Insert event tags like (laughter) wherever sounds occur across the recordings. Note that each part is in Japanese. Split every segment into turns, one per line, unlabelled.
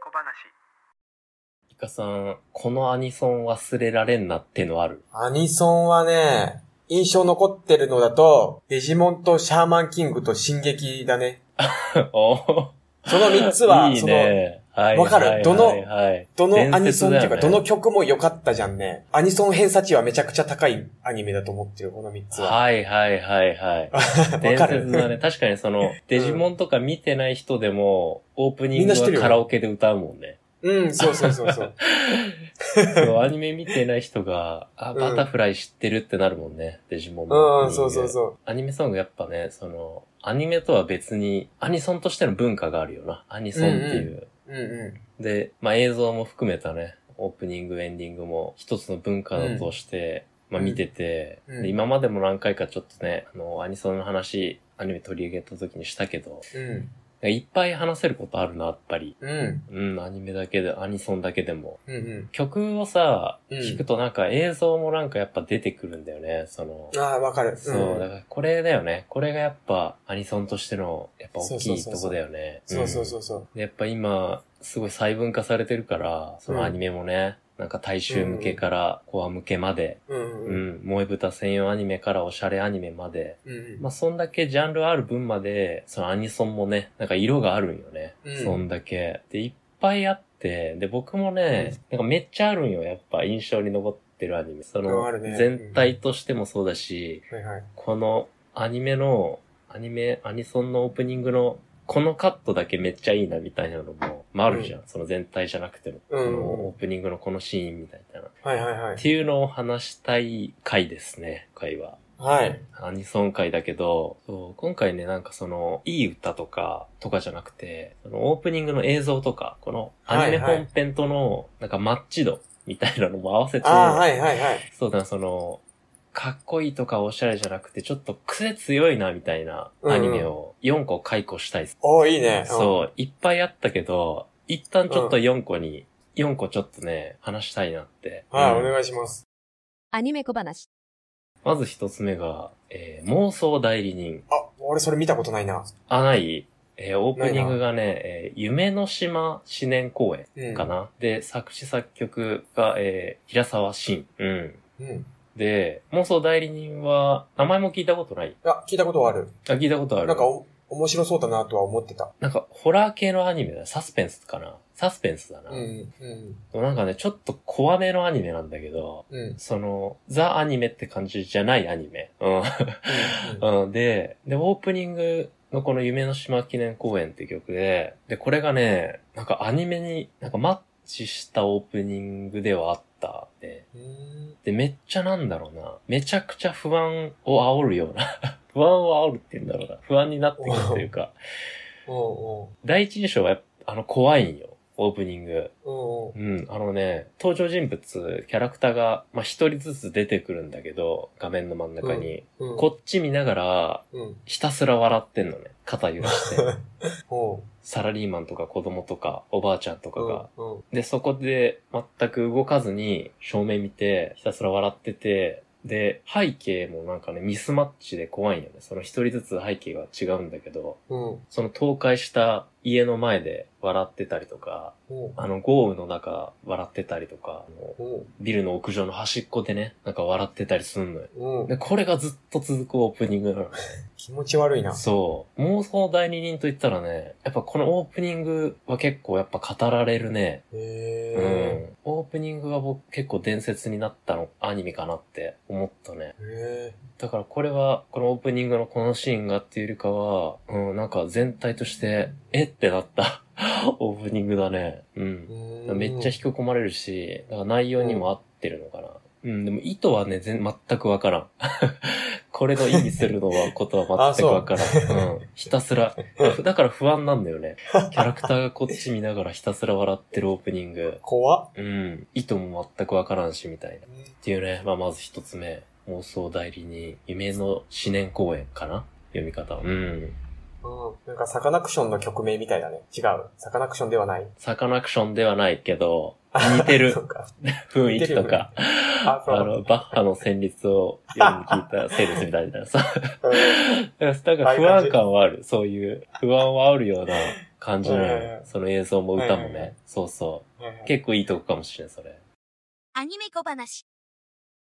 小話
イカさん、このアニソン忘れられんなってのある。
アニソンはね、印象残ってるのだと、デジモンとシャーマンキングと進撃だね。
(laughs) お
その三つは、
ー (laughs) いい
その、
ね。はい。
わかる
はい
どの
はいはい
どのアニソンっていうか、
伝説だ
ど
よね
の曲も良かったじゃんね。アニソン偏差値はめちゃくちゃ高いアニメだと思ってる、この三つは。
はいはいはいはい。
(laughs) わ
伝
か
説だ
る。
ね。確かにその、デジモンとか見てない人でも、オープニン
みん
グ
な知っ
は
てるよ
カラオケで歌うもん
(laughs)
ね。
うん、そうそうそうそ
(laughs)
う。(laughs)
そう、アニメ見てない人が、あ、
うん
バタフライ知ってるってなるもんね。デジモンの。
うん、そうそうそう。
アニメソングやっぱね、その、アニメとは別に、アニソンとしての文化があるよな。アニソンっていう。
うんう
で、まあ映像も含めたね、オープニング、エンディングも一つの文化だとして、まあ見てて、
うん
で今までも何回かちょっとね、あの、アニソンの話、アニメ取り上げた時にしたけど、
ん。うん。
いっぱい話せることあるな、やっぱり。
うん。
うん、アニメだけで、アニソンだけでも。
うんうん。
曲をさ、
うん
聞くとなんか映像もなんかやっぱ出てくるんだよね、その。
ああ、わかる。
そう、
ん
だからこれだよね。これがやっぱアニソンとしての、やっぱ大きい
そ
と
うそうそうそう
こだよね。
そうそう
う
そうそう。
ん。やっぱ今、すごい細分化されてるから、そのアニメもね、なんか大衆向けからコア向けまで、
うん
う
うん。
ん、萌え豚専用アニメからおしゃれアニメまで、
うんうん
まあ、そんだけジャンルある分まで、そのアニソンもね、なんか色があるんよね。
うん
そんだけ。で、いっぱいあって、で、僕もね、なんかめっちゃあるんよ、やっぱ印象に残ってるアニメ。その
ある、ね
全体としてもそうだし、
はいはい。
このアニメの、アニメ、アニソンのオープニングの、このカットだけめっちゃいいなみたいなのも、まああるじゃん。その全体じゃなくても。
うん
そのオープニングのこのシーンみたいな。っ
はいはいはい。
ていうのを話したい回ですね、回は。
はい。
アニソン回だけど、そう今回ね、なんかその、いい歌とか、とかじゃなくて、そのオープニングの映像とか、このアニメ
はいはい
本編との、なんかマッチ度みたいなのも合わせて、
ああ、はいはいはい。
そうだな、その、かっこいいとかおしゃれじゃなくて、ちょっと癖強いな、みたいな
うんうん
アニメを4個解雇したいです。
おーいいね。
そう、いっぱいあったけど、一旦ちょっと4個に、4個ちょっとね、話したいなって。
うん。はい、
うん
お願いします。
アニメ小話。
まず一つ目が、えー妄想代理人。
あ、俺それ見たことないな。
あ、ないえーオープニングがね、えー夢の島思念公園
うん。
かな、で、作詞作曲が、えー平沢慎。うん。
うん。
で、妄想代理人は、名前も聞いたことない
あ、聞いたことはある。
あ、聞いたことある。
なんかお、面白そうだなとは思ってた。
なんかホラー系のアニメだ。サスペンスかなサスペンスだな
う、ん。うん。
なんかね、ちょっと怖めのアニメなんだけど、
うん。うん
その、ザアニメって感じじゃないアニメ。うん。 (laughs) うん、で、で、オープニングのこの夢の島記念公園って曲で、で、これがね、なんかアニメになんかマッチしたオープニングではあった、ね。
うん。
で、めっちゃなんだろうな。めちゃくちゃ不安を煽るような。 (laughs) 不安を煽るって言うんだろうな。不安になってくるというか。
お (laughs) う
第一印象はやっぱあの怖いんよ。オープニング。
おうおうおう
うん、あのね、登場人物、キャラクターが、まあ、一人ずつ出てくるんだけど、画面の真ん中に。
うん。
こっち見ながら、
うん。
ひたすら笑ってんのね。肩揺ら
(laughs)
して。
おう
サラリーマンとか子供とかおばあちゃんとかが。
うんうん
で、そこで全く動かずに正面見て、ひたすら笑ってて、で、背景もなんかね、ミスマッチで怖いんよね。その一人ずつ背景が違うんだけど、
うん。
その倒壊した家の前で笑ってたりとか、
おう
あの豪雨の中笑ってたりとか、あの
おう
ビルの屋上の端っこでね、なんか笑ってたりすんのよ。
おう
で、これがずっと続くオープニングなのね。
気持ち悪いな。
そう。妄想代理人と言ったらね、やっぱこのオープニングは結構やっぱ語られるね。うん。
へ
オープニングが僕結構伝説になったの、アニメかなって思ったね。
え。へえ。
だからこれは、このオープニングのこのシーンがっていうよりかは、うん、なんか全体として、えってなった (laughs) オープニングだね。うん。めっちゃ引き込まれるし、だから内容にも合ってるのかな。うん、でも意図はね、全全くわからん。 (laughs) これの意味するのは、ことは
あ
全
そ
く
う
わ (laughs) からん。うん。ひたすら。だから不安なんだよね。キャラクターがこっち見ながらひたすら笑ってるオープニング。
怖っ。
うん。意図も全くわからんし、みたいな。っていうね、まあ、まず一つ目。妄想代理人、夢の思念公演かな読み方は。うん。
うん。なんかサカナクションの曲名みたいだね。違う。サカナクションではない。
サカナクションではないけど、似てる
(laughs) そうか。
雰囲気とか、
あ、そう
あの、バッハの旋律を読み聞いた旋律み
(laughs)
たいな。そう。
うん
だから不安感はある。そういう、不安はあるような感じなの
はいはいは
よ
い。
その映像も歌も
はいはいはい
ね。そうそ
はいは
う。
い
結構いいとこかもしれん、それ。
アニメ小話。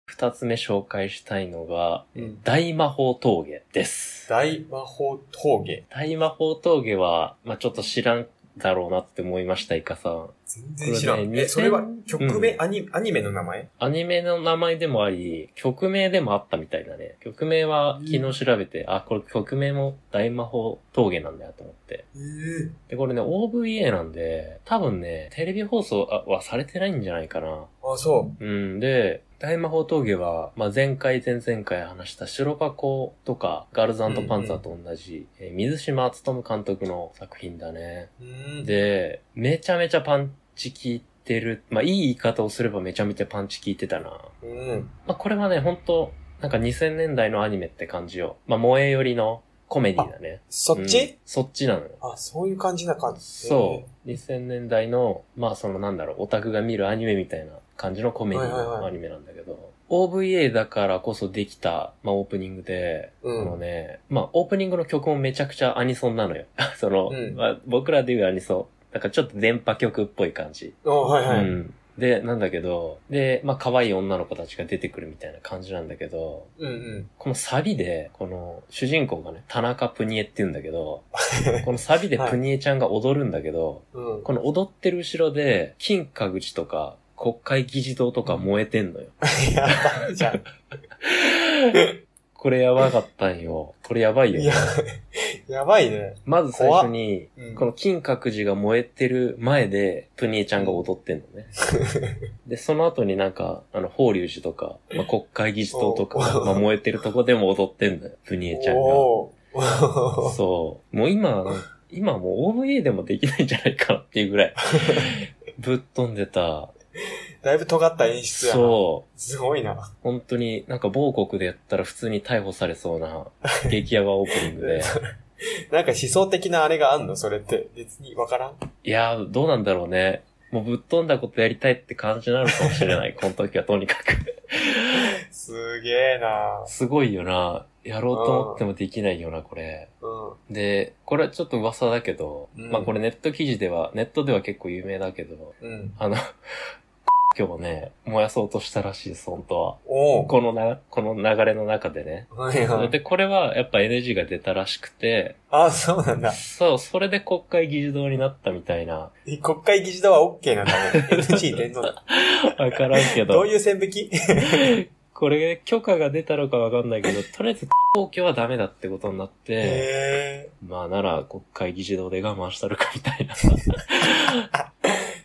二つ目紹介したいのが、
うん
大魔法峠です。
大魔法峠。
大魔法峠は、まあちょっと知らんだろうなって思いました、イカさん。
全然知ら
これ
ん。
ね
え、それは
2000
曲名、
うん
アニアニメの名前
アニメの名前でもあり、曲名でもあったみたいだね。曲名は昨日調べて、あ、これ曲名も大魔法峠なんだよと思って。
ええ
で、これね、OVA なんで、多分ね、テレビ放送ははされてないんじゃないかな。
あ、そ
うん、で、大魔法峠は、まあ、前回、前々回話した白箱とか、ガールズパンツァーと同じ、えー水島努監督の作品だね。
う。うん、
で、めちゃめちゃパンチ効いてる。まあ、いい言い方をすればめちゃめちゃパンチ効いてたな。
うん。
まあ、これはね、ほんと、なんか2000年代のアニメって感じよ。まあ、萌え寄りのコメディだね。
そっ
うん
ち、
そっちなのよ。
あ、そういう感じな感じ。
そう。2000年代の、まあそのなんだろう、オタクが見るアニメみたいな感じのコメディ
はいはい
の
は
ア
い
ニメなんだけど、OVA だからこそできた、まあオープニングで、
う
こ
ん。
のね、まあオープニングの曲もめちゃくちゃアニソンなのよ。 (laughs) その、
うん
まあ、僕らで言うアニソン。なんかちょっと電波曲っぽい感じ。
あ、はいうはい。
ん。で、なんだけど、で、まあ可愛い女の子たちが出てくるみたいな感じなんだけど、
うんうん。
このサビで、この主人公がね、田中プニエって言うんだけど、このサビで
はい
プニエちゃんが踊るんだけど、
うん。 (laughs)
この踊ってる後ろで、金閣寺とか、国会議事堂とか燃えてんのよ。
やばいじゃん。
これやばかったんよ。これやばいよ
いや
ね。、
(laughs) やばいね。
まず最初に、
うん
この金閣寺が燃えてる前で、プニエちゃんが踊ってんの
(laughs)
ね。で、その後になんか、あの、法隆寺とか、まあ、国会議事堂とか、
お
まあ、燃えてるとこでも踊ってんのよ。プニエちゃんが。
おー (laughs)
そう。もう今、今はもう OVA でもできないんじゃないかなっていうぐ
(laughs)
らい、ぶっ飛んでた。
だいぶ尖った演出やな。
そう。
すごいな。
本当になんか某国でやったら普通に逮捕されそう
(laughs)
な激ヤバオープニングで。
なんか思想的なあれがあんのそれって。別にわからん
いやー、どうなんだろうね。もうぶっ飛んだことやりたいって感じなのかもしれ
(laughs)
ない。この時はとにかく。
すげえな
すごいよな。やろうと思ってもできないよな、これ。
うん。
で、これはちょっと噂だけど、
うん
まあこれネット記事では、ネットでは結構有名だけど、
うん。
あの、 (laughs) 今日もね、燃やそうとしたらしいです、本当は。
おお。
このな、この流れの中でね。
はいはい。
で、これはやっぱ NG が出たらしくて、
あ、そうなんだ。
そう、それで国会議事堂になったみたいな。
え国会議事堂は OK なんだね。NG 出んのだ。
わからんけど。
どういう線引き
これ、許可が出たのかわかんないけど、とりあえず、公共はダメだってことになって、
へえ。
まあ、なら、国会議事堂で我慢したるかみたいな。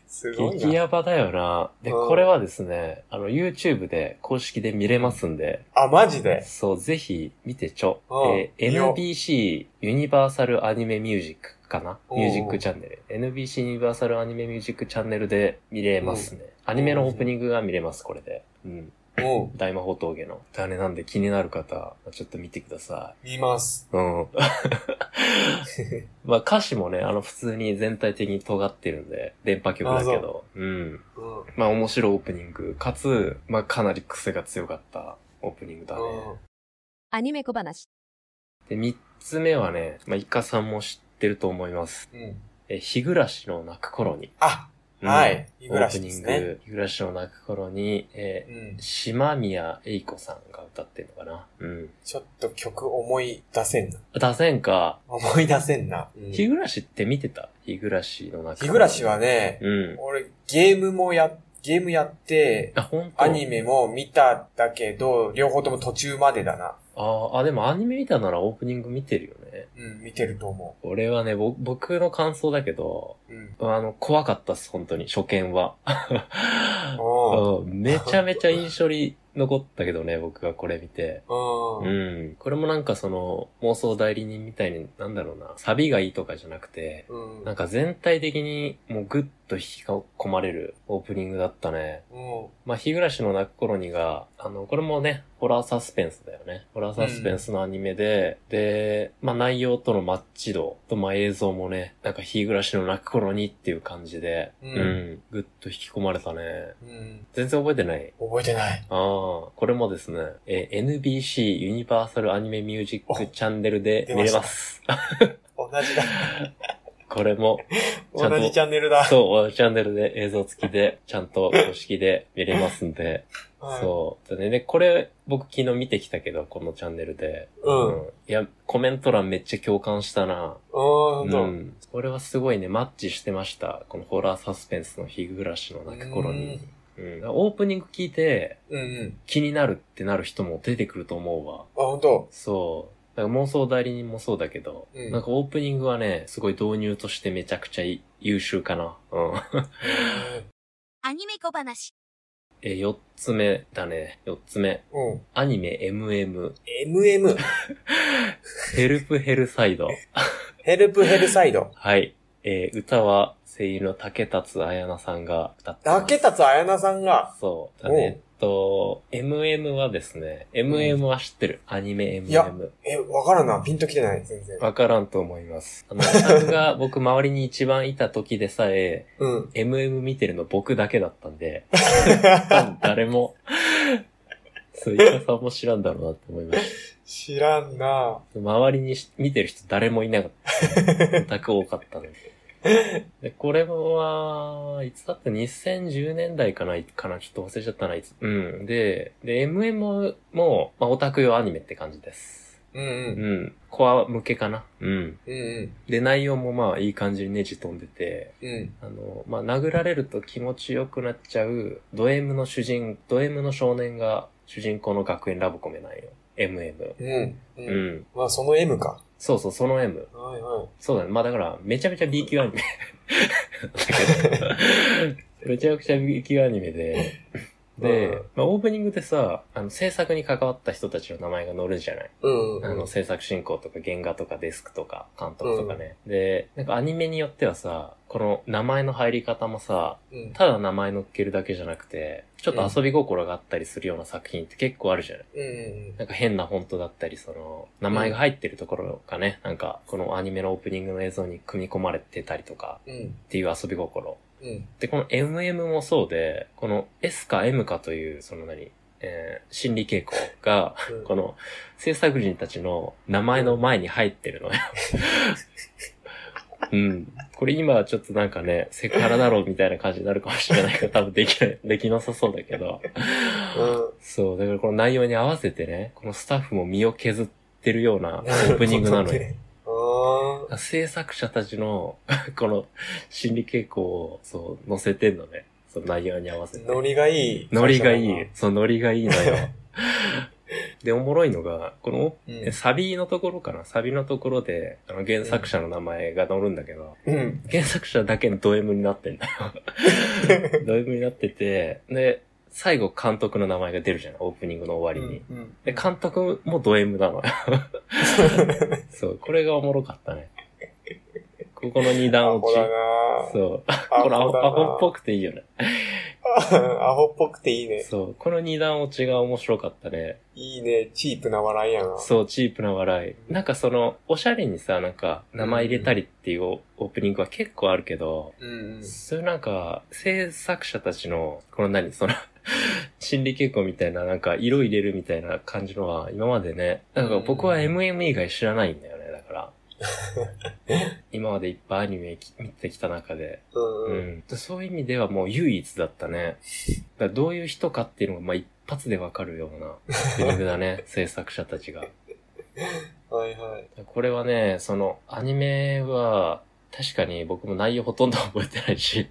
すごい
激
な。
ヤバだよな。で、
うん
これはですね、あの、YouTube で公式で見れますんで、
あ、マジで
そう、ぜひ見てちょ。
うん
え
見よ
ー
う
NBC ユニバーサルアニメミュージックかな
おう
ミュージックチャンネル。NBC ユニバーサルアニメミュージックチャンネルで見れますね。アニメのオープニングが見れます、これで。うん。
うん。
大魔法峠の。だね、なんで気になる方、ちょっと見てくださ
見ます。
い。
(laughs)
うん。まあ歌詞もね、あの普通に全体的に尖ってるんで、電波曲だけ
あ
ど。うん。
うん。うん。
まあ面白いオープニング、かつ、まあかなり癖が強かったオープニングだね。
アニメ小話。
で、三つ目はね、まあ、イカさんも知ってると思います。
うん。
え、日暮らしの泣く頃に。
あ、
うん
はい。日
オ
暮
ー
ら
プ
しで
ニ
す
ン
ね。
グ、日暮らしの泣く頃に、え
うん
ー、。島宮栄子さんが歌ってるのかなうん。
ちょっと曲思い出せんな。
出せんか。
思い出せんな。うん
日
日
暮らしって見てた日暮らしの泣く頃。
暮らしはね、
うん。
俺ゲームもや、ゲームやって、
あ、本当
アニメも見たんだけど、両方とも途中までだな。
あーあ、でもアニメ見たならオープニング見てるよね。
うん、見てると思
俺はね、ぼ僕の感想だけど、
う。うん。
あの、怖かったっす、本当に、初見は。
おー
うんめちゃめちゃ印象に残ったけどね、僕がこれ見て。
うん。
う
うん。
ん。これもなんかその、妄想代理人みたいに、なんだろうな、サビがいいとかじゃなくて、
うん。
なんか全体的にもうグッと引き込まれるオープニングだったね。まあ、日暮らしの泣く頃にが、あの、これもね、ホラーサスペンスだよね。ホラーサスペンスのアニメで、で、まあ内容とのマッチ度と、まあ映像もね、なんか日暮らしの泣く頃にっていう感じで、
うん
うん、グッと引き込まれたね。
うん。
全然覚えてない
覚えてない。
ああ、これもですね、えー NBC ユニバーサルアニメミュージッ
お
クチャンネルで見れます。 (laughs)
同じだ。
これも、ちゃんと
(laughs) 同じチャンネルだ。
そう、チャンネルで映像付きで、ちゃんと公式で見れますんで、
(laughs) はい
そう。だね。で、これ、僕昨日見てきたけど、このチャンネルで。
うん。うん。
いや、コメント欄めっちゃ共感したな。
ほん
う
と。
ん。これはすごいね、マッチしてました。このホラーサスペンスの日暮らしの泣く頃に。うん。オープニング聞いて、
うんうん。
気になるってなる人も出てくると思うわ。
あ、ほんと。
そう。だから妄想代理人もそうだけど、
うん
なんかオープニングはね、すごい導入としてめちゃくちゃい優秀かな。うん。 (laughs)
アニメ小話。
え、四つ目だね。四つ目。
うん。
アニメ MM。
MM。
ヘルプヘルサイド。
ヘルプヘルサイド。
はい。えー歌は声優の竹達彩菜さんが歌ってます。
竹達彩菜さんが、
そう。だ
おう
ね。えっと、MM はですね、MM は知ってる。アニメ
いや
MM。
え、わからんな。ピンときてない、全然。
わからんと思います。あの、さんが僕周りに一番いた時でさえ、 (laughs)
うん。
MM 見てるの僕だけだったん (laughs) で、多分誰も、そう、イカさんも知らんだろうなって思いました。
知らんな。
周りにし見てる人誰もいなか (laughs) った。全く多かったので。で、これは、いつだった ?2010 年代かないかなちょっと忘れちゃったな、いつ。うん。で、で、MM も、まあ、オタク用アニメって感じです。
うん
う
うん。
ん。コア向けかなうん。
うんうん。
で、内容もまあ、いい感じにネジ飛んでて、
うん。
あの、まあ、殴られると気持ちよくなっちゃう、ド M の主人、ド M の少年が主人公の学園ラブコメなんよ。MM。
うん。う。
うんん。
まあ、その M か。
そうそう、その M。
はいは
そうだね。まあだから、めちゃめちゃ B 級アニメ。 (laughs) だけど、めちゃくちゃ B 級アニメで、
うん
で、まあオープニングでさ、あの制作に関わった人たちの名前が載るじゃない
い。うんうん。
あの制作進行とか原画とかデスクとか監督とかね。で、なんかアニメによってはさ、この名前の入り方もさ、
うん。
ただ名前乗っけるだけじゃなくて、ちょっと遊び心があったりするような作品って結構あるじゃない
うんうん
なんか変なフォントだったり、その、名前が入ってるところがね、なんか、このアニメのオープニングの映像に組み込まれてたりとか、
うん。うん。
っていう遊び心。
うん。
で、この MM もそうで、この S か M かという、その何、えー心理傾向が、
うん
この制作人たちの名前の前に入ってるのよ。うん。これ今はちょっとなんかね、セクハラだろうみたいな感じになるかもしれないけど、多分できない、できなさそうだけど。
うん
そう、だからこの内容に合わせてね、このスタッフも身を削ってるようなオープニングなのよ。
あー
制作者たちの、この心理傾向を、そう、載せてんのね。その内容に合わせて。
ノリがいい。
ノリがいい
会。
そう、ノリがいいのよ。で、おもろいのが、この、
うん
サビのところかなサビのところで、あの、原作者の名前が載るんだけど、
社だな。うん。
原作者だけのド M になってんだ (laughs) よ。ド M になってて、で、最後監督の名前が出るじゃないオープニングの終わりに。
うん。
で、監督もド M なの (laughs) よ。そう、これがおもろかったね。ここの二段
ア
落
ホ
ち
だ。な
そう。
ア
これアホ
だな
アホっぽくていいよね。
アホっぽくていいね。
そう。この二段落ちが面白かったね。
いいね。チープな笑いやな。
そう、チープな笑い。なんかその、おしゃれにさ、なんか、名前入れたりっていうオオープニングは結構あるけど、
うんうん。
そういうなんか、制作者たちの、この何、その、心理傾向みたいな、なんか、色入れるみたいな感じのは、今までね、なんか僕は
うん
MM 以外知らないんだよね、だから。今までいっぱいアニメき見てきた中で、
うん
う
うん。
ん、でそういう意味ではもう唯一だったね。だからどういう人かっていうのが、まあ、一発でわかるようなセリフだね、制作者たちが。
はいはい。
これはね、その、アニメは、確かに僕も内容ほとんど覚えてないし、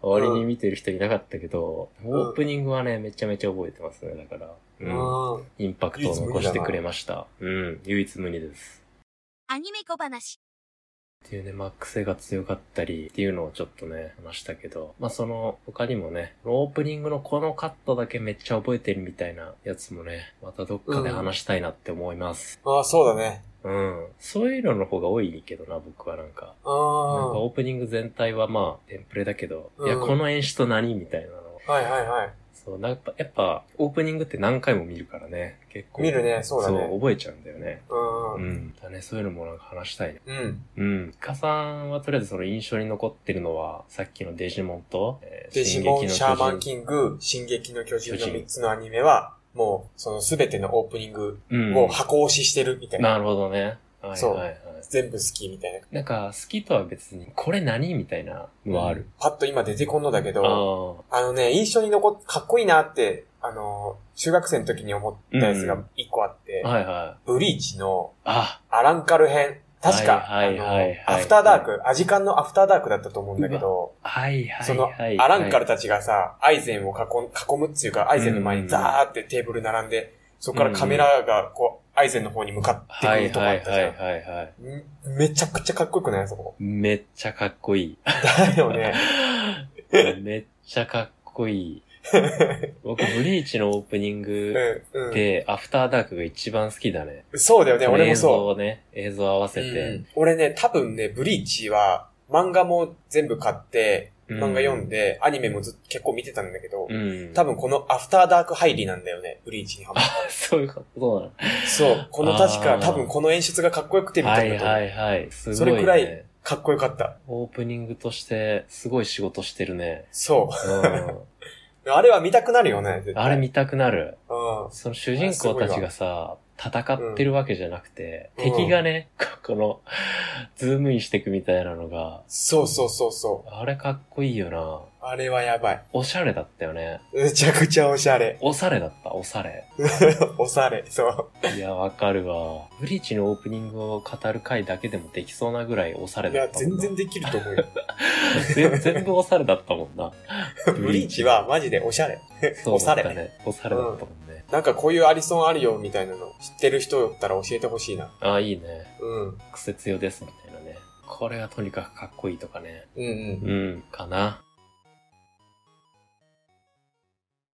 割に見てる人いなかったけど、
ん
オープニングはね、めちゃめちゃ覚えてますね、だから。うん。
うん。
インパクトを残してくれました。うん、唯一無二です。
アニメ小話。
っていうね、まあ、癖が強かったりっていうのをちょっとね、話したけど、まあ、その、他にもね、オープニングのこのカットだけめっちゃ覚えてるみたいなやつもね、またどっかで話したいなって思います。
ああ、そうだね。
うん。そういうのの方が多いけどな、僕はなんか。
あ
なん
あ。
か
は
オープニング全体はまあ、テンプレだけど、
うん
いや、この演出と何みたいなの。
いはいはい。
そう、なんかやっぱ、オープニングって何回も見るからね、結構。
見るねそうだね
そう、覚えちゃうんだよね。
うん
う
うん。
ん。だね、そういうのもなんか話したいね。
うん。
うん。イカさんはとりあえずその印象に残ってるのは、さっきのデジモンと、え
デジモン、シャーマン
ン。
キング、進撃の巨人の
巨人
3つのアニメは、もう、そのすべてのオープニング
うん。
を箱押ししてるみたいな。
なるほどね。はいはいはい。ね。
全部好きみたいな。
なんか、好きとは別に、これ何みたいなのはある。
パッと今出てこんのだけ
ああ
ど、あのね、印象に残っ、かっこいいなって、あの、中学生の時に思ったやつが一個あって、
ー。はいはい。
ブリーチの
あ、
アランカル編。確か、あ
はいはいはいはい
の、アフターダーク、アジカンのアフターダークだったと思うんだけど、
はいはいはい。
その、アランカルたちがさ、アイゼンを囲ん囲むっていうか、アイゼンの前にザーってテーブル並んで、そこからカメラがこう、アイゼンの方に向かってく
は
る
い
とか
は
あ
い
っ
はい
た
はいはい。
じゃん。んめちゃくちゃかっこよくない
(laughs)
そこ。
めっちゃかっこいい。
だよね。
(laughs) めっちゃかっこいい。
(laughs)
僕、ブリーチのオープニング
うん、うん。
で、アフターダークが一番好きだね。
そうだよね、
この
俺も
映像
そう。
をね、映像合わせ
う
て。
ん俺ね、多分ね、ブリーチは、漫画も全部買って、漫画読んで、アニメもずっと結構見てたんだけど、
うん。
多分このアフターダーク入りなんだよね、ブリーチにハマっ
(laughs) そういうことな
た。そう、この確か
あ、ー
多分この演出がかっこよくて見
の。
た
は
んだ
い
と思う
はいはい。すごい、ね。
それくらいかっこよかった。
オープニングとして、すごい仕事してるね。
そうう。あれは見たくなるよね、絶
ん。
対
あれ見たくなる。
うん。
その主人公たちがさ、戦ってるわけじゃなくて、
うん
敵がね、 (laughs) この、ズームインしてくみたいなのが、
そうそうそうそ
あれかっこいいよな。
う。あれはやばい。
おしゃれだったよね。
めちゃくちゃおしゃれ。 (laughs)
おしゃれだった、おしゃれ。
おしゃれ。そう。
いや、わかるわ。ブリーチのオープニングを語る回だけでもできそうなぐらいおしゃれ
い
だ
や、
ったもん
全
な。
然できると思
(laughs)
うよ。
全然。全部おしゃれだったもんな。
(laughs) ブリーチは、マジでおしゃれ。
そうだった
おしゃ
ね。おしゃれだったもんね。
なんかこういうアリソンあるよみたいなの知ってる人だったら教えてほしいな。
ああ、いいね。
うん。うん
苦節用ですみたいなね。これがとにかくかっこいいとかね。
うん。
うん、かな。